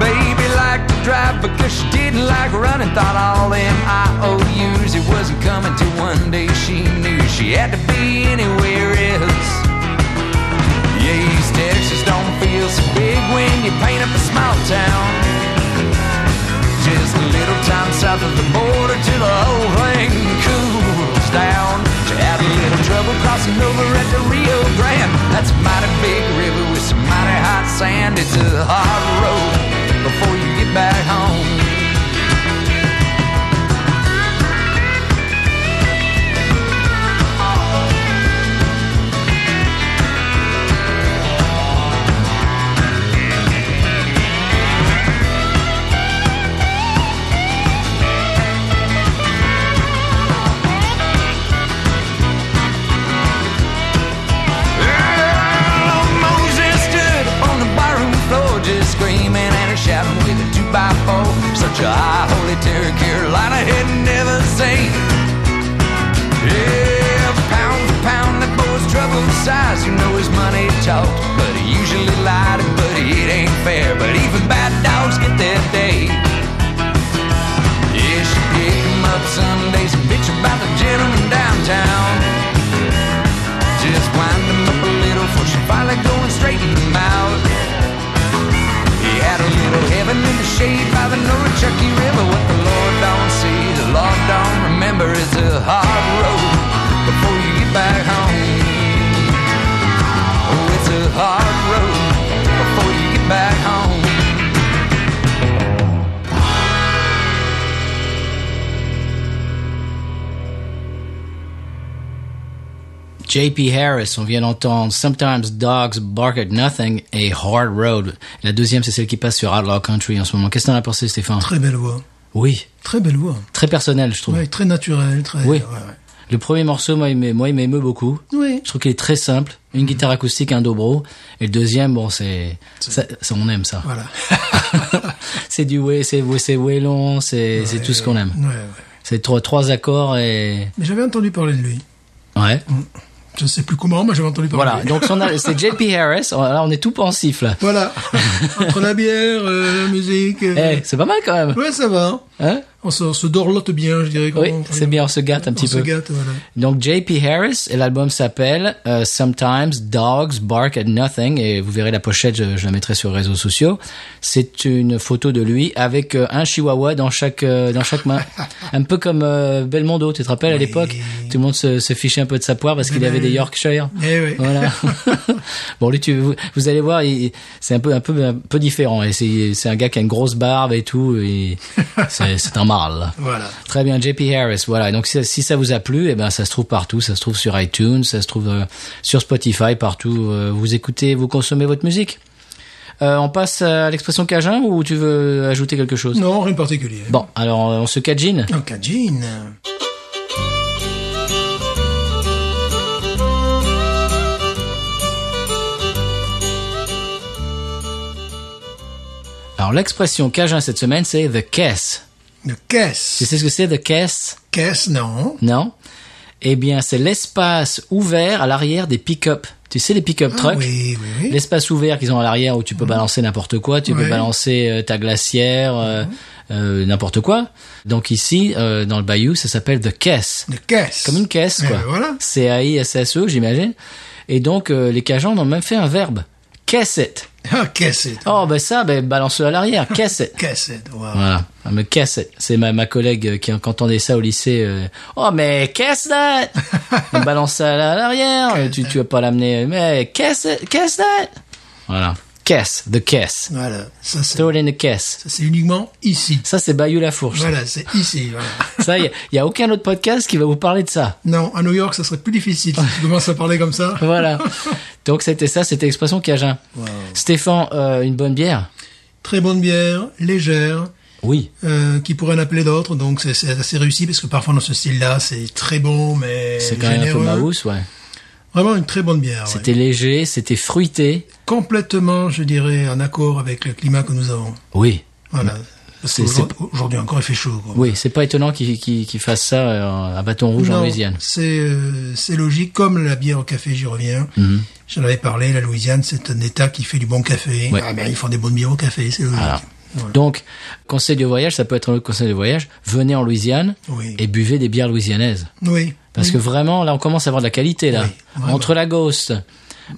Speaker 3: Baby liked to drive because she didn't like running. Thought all them IOUs it wasn't coming till one day she knew she had to be anywhere else. Yeah, East Texas don't feel so big when you paint up a small town. Just a little time south of the border till the whole thing cools down. She had a little trouble crossing over at the Rio Grande. That's a mighty big river with some mighty hot sand. It's a hard road before you get back home. Earl of Moses stood up on the barroom floor, just screaming and shouting with a two by four. Such a high holy terror, Carolina had never seen. Yeah, pound for pound, that boy's trouble size. You know his money talked, but he usually lied. And buddy, it ain't fair. But even bad dogs get their day. Yeah, she picked him up Sundays and bitch about the gentleman downtown. Just wind him up a little for she finally go and straighten him out. He had a little heaven in the shade by the Norwichucky River. What the Lord don't see, the Lord don't remember is a hard road before you get back home. Oh, it's a hard road before you get back home.
Speaker 1: JP Harris, on vient d'entendre Sometimes Dogs Bark at Nothing et Hard Road. La deuxième, c'est celle qui passe sur Outlaw Country en ce moment. Qu'est-ce que t'en as pensé, Stéphane
Speaker 2: Très belle voix.
Speaker 1: Oui,
Speaker 2: Très belle voix.
Speaker 1: très personnel, je trouve.
Speaker 2: Ouais, très naturelle. Très,
Speaker 1: Oui.
Speaker 2: ouais, ouais.
Speaker 1: Le premier morceau, moi, il m'é- moi, il m'émeut beaucoup.
Speaker 2: Oui. Mm-hmm.
Speaker 1: Je trouve qu'il est très simple. Une guitare acoustique, un dobro. Et le deuxième, bon, c'est, ça, ça, on aime ça.
Speaker 2: Voilà.
Speaker 1: [laughs] c'est du way, c'est c'est way long, c'est c'est tout ce qu'on aime.
Speaker 2: Ouais, Mm. ouais.
Speaker 1: C'est trois trois accords et
Speaker 2: Mais j'avais entendu parler de lui.
Speaker 1: ouais.
Speaker 2: Mm. Je ne sais plus comment, mais j'avais entendu parler
Speaker 1: Voilà.
Speaker 2: de lui.
Speaker 1: Donc son al- c'est JP Harris. On- Là, on est tout pensif là. [laughs]
Speaker 2: Voilà. Entre la bière, euh, la musique. euh,
Speaker 1: Eh, c'est pas mal quand même.
Speaker 2: Ouais, ça va.
Speaker 1: Hein
Speaker 2: On se, on se dorlote bien, je dirais.
Speaker 1: oui,
Speaker 2: comment-
Speaker 1: c'est bien. On se gâte un
Speaker 2: On
Speaker 1: petit
Speaker 2: se
Speaker 1: peu.
Speaker 2: gâte, voilà.
Speaker 1: Donc JP Harris et l'album s'appelle euh, Sometimes Dogs Bark at Nothing et vous verrez la pochette, je, je la mettrai sur les réseaux sociaux. C'est une photo de lui avec euh, un chihuahua dans chaque euh, dans chaque main, un peu comme euh, Belmondo, tu te rappelles à l'époque, tout le monde se, se fichait un peu de sa poire parce qu'il avait des Yorkshire.
Speaker 2: Eh oui.
Speaker 1: Voilà. [laughs] bon lui tu vous, vous allez voir, il- c'est un peu un peu un peu différent et c'est c'est un gars qui a une grosse barbe et tout et c'est c'est un mâle.
Speaker 2: Voilà.
Speaker 1: Très bien, JP Harris. Voilà. Donc si, si ça vous a plu, eh ben ça se trouve partout. Ça se trouve sur iTunes, ça se trouve euh, sur Spotify, partout. euh, vous écoutez, vous consommez votre musique. Euh, on passe à l'expression cajun ou tu veux ajouter quelque chose
Speaker 2: Non, rien de particulier.
Speaker 1: Bon, alors on se cajine.
Speaker 2: Un cajine.
Speaker 1: Alors l'expression cajun cette semaine, c'est the caisse.
Speaker 2: De
Speaker 1: Tu
Speaker 2: caisse.
Speaker 1: sais ce que c'est the caisse
Speaker 2: Caisse, non.
Speaker 1: Non Eh bien, c'est l'espace ouvert à l'arrière des pick-up. Tu sais les pick-up trucks
Speaker 2: Ah Oui, oui, oui.
Speaker 1: L'espace ouvert qu'ils ont à l'arrière où tu peux balancer n'importe quoi, tu peux
Speaker 2: Ouais.
Speaker 1: balancer euh, ta glacière, euh, euh, n'importe quoi. Donc ici, euh, dans le bayou, ça s'appelle the caisse.
Speaker 2: De caisse.
Speaker 1: Comme une caisse,
Speaker 2: Eh
Speaker 1: quoi.
Speaker 2: ben voilà.
Speaker 1: C-A-I-S-S-E, E, j'imagine. Et donc, euh, les Cajuns en ont même fait un verbe. Caisse it.
Speaker 2: Ah, caisse.
Speaker 1: Oh, ben ça, ben balance-le à l'arrière. Caisse it.
Speaker 2: Caisse. Wow.
Speaker 1: Voilà, Ah, me casse. it. C'est ma, ma collègue euh, qui entendait ça au lycée. euh, oh mais casse that On balance ça à la- à l'arrière. euh, Tu tu vas pas l'amener. euh, Mais casse it, casse that Voilà, casse the caisse.
Speaker 2: Voilà. Ça, c'est,
Speaker 1: Throw it in the caisse.
Speaker 2: ça, c'est uniquement ici.
Speaker 1: Ça c'est Bayou la fourche.
Speaker 2: Voilà, c'est ici.
Speaker 1: [laughs]
Speaker 2: voilà.
Speaker 1: Ça y a, y a aucun autre podcast qui va vous parler de ça.
Speaker 2: Non, à New York, ça serait plus difficile si tu commences à parler comme ça.
Speaker 1: Voilà. Donc c'était ça, c'était expression cajun. Stéphane, euh, une bonne bière.
Speaker 2: Très bonne bière, légère,
Speaker 1: Oui.
Speaker 2: euh, qui pourrait en appeler d'autres, donc c'est, c'est assez réussi parce que parfois dans ce style-là, c'est très bon, mais
Speaker 1: C'est quand même un peu
Speaker 2: généreux.
Speaker 1: maousse, ouais.
Speaker 2: Vraiment une très bonne bière. ouais.
Speaker 1: C'était léger, c'était fruité.
Speaker 2: Complètement, je dirais, en accord avec le climat que nous avons.
Speaker 1: Oui.
Speaker 2: Voilà. Parce
Speaker 1: C'est-
Speaker 2: qu'aujourd'hui- Aujourd'hui encore, il fait chaud. Quoi.
Speaker 1: Oui, c'est pas étonnant qu'il qu'il- qu'il fasse ça euh, à bâton rouge en
Speaker 2: Non,
Speaker 1: Louisiane.
Speaker 2: C'est euh, c'est logique, comme la bière au café, j'y reviens.
Speaker 1: Mhm.
Speaker 2: J'en avais parlé, la Louisiane, c'est un État qui fait du bon café.
Speaker 1: Ouais. Ah.
Speaker 2: Ah ben, ils font des bonnes bières au café, c'est logique.
Speaker 1: Voilà.
Speaker 2: Voilà.
Speaker 1: Donc, conseil de voyage, ça peut être un autre conseil de voyage. Venez en Louisiane
Speaker 2: Oui.
Speaker 1: et buvez des bières louisianaises.
Speaker 2: Oui.
Speaker 1: Parce que vraiment, là, on commence à avoir de la qualité, là.
Speaker 2: Oui, vraiment.
Speaker 1: Entre la Ghost,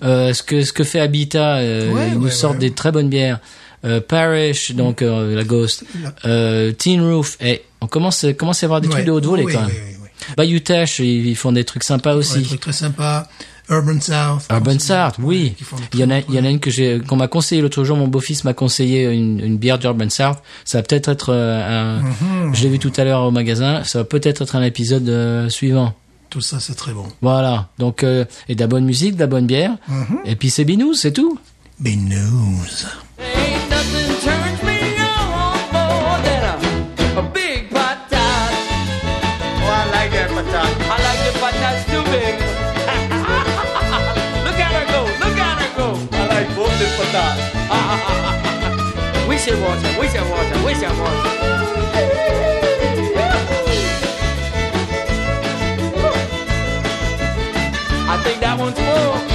Speaker 1: euh, ce, que, ce que fait Habitat, euh,
Speaker 2: Ouais,
Speaker 1: ils nous
Speaker 2: ouais,
Speaker 1: sortent
Speaker 2: ouais.
Speaker 1: des très bonnes bières. Euh, Parish, donc euh, la Ghost. Euh, Teen Roof. Et on commence, commence à avoir des
Speaker 2: Ouais.
Speaker 1: trucs de haute volée,
Speaker 2: Oui,
Speaker 1: quand même.
Speaker 2: oui, oui, oui.
Speaker 1: Bayou Teche, ils, ils font des trucs sympas
Speaker 2: Ouais, Des
Speaker 1: aussi.
Speaker 2: trucs très sympas. Urban South.
Speaker 1: Urban
Speaker 2: Aussi,
Speaker 1: Sart, oui.
Speaker 2: qui font des
Speaker 1: Il y en a,
Speaker 2: très
Speaker 1: il y en a une que j'ai, qu'on m'a conseillé l'autre jour. Mon beau-fils m'a conseillé une, une bière d'Urban Sart. Ça va peut-être être euh, un, je l'ai vu tout à l'heure au magasin. Ça va peut-être être un épisode euh, suivant.
Speaker 2: Tout ça, c'est très bon.
Speaker 1: Voilà. Donc, euh, et de la bonne musique, de la bonne bière. Et puis c'est binous, c'est tout.
Speaker 2: Big news.
Speaker 3: Ain't nothing turns me on more than a, a big patat. Oh, I like that patat. I like the patats too big. look at her go, look at her go. I like both the patats. we should watch her, we should watch her, we should watch her. I think that one's full.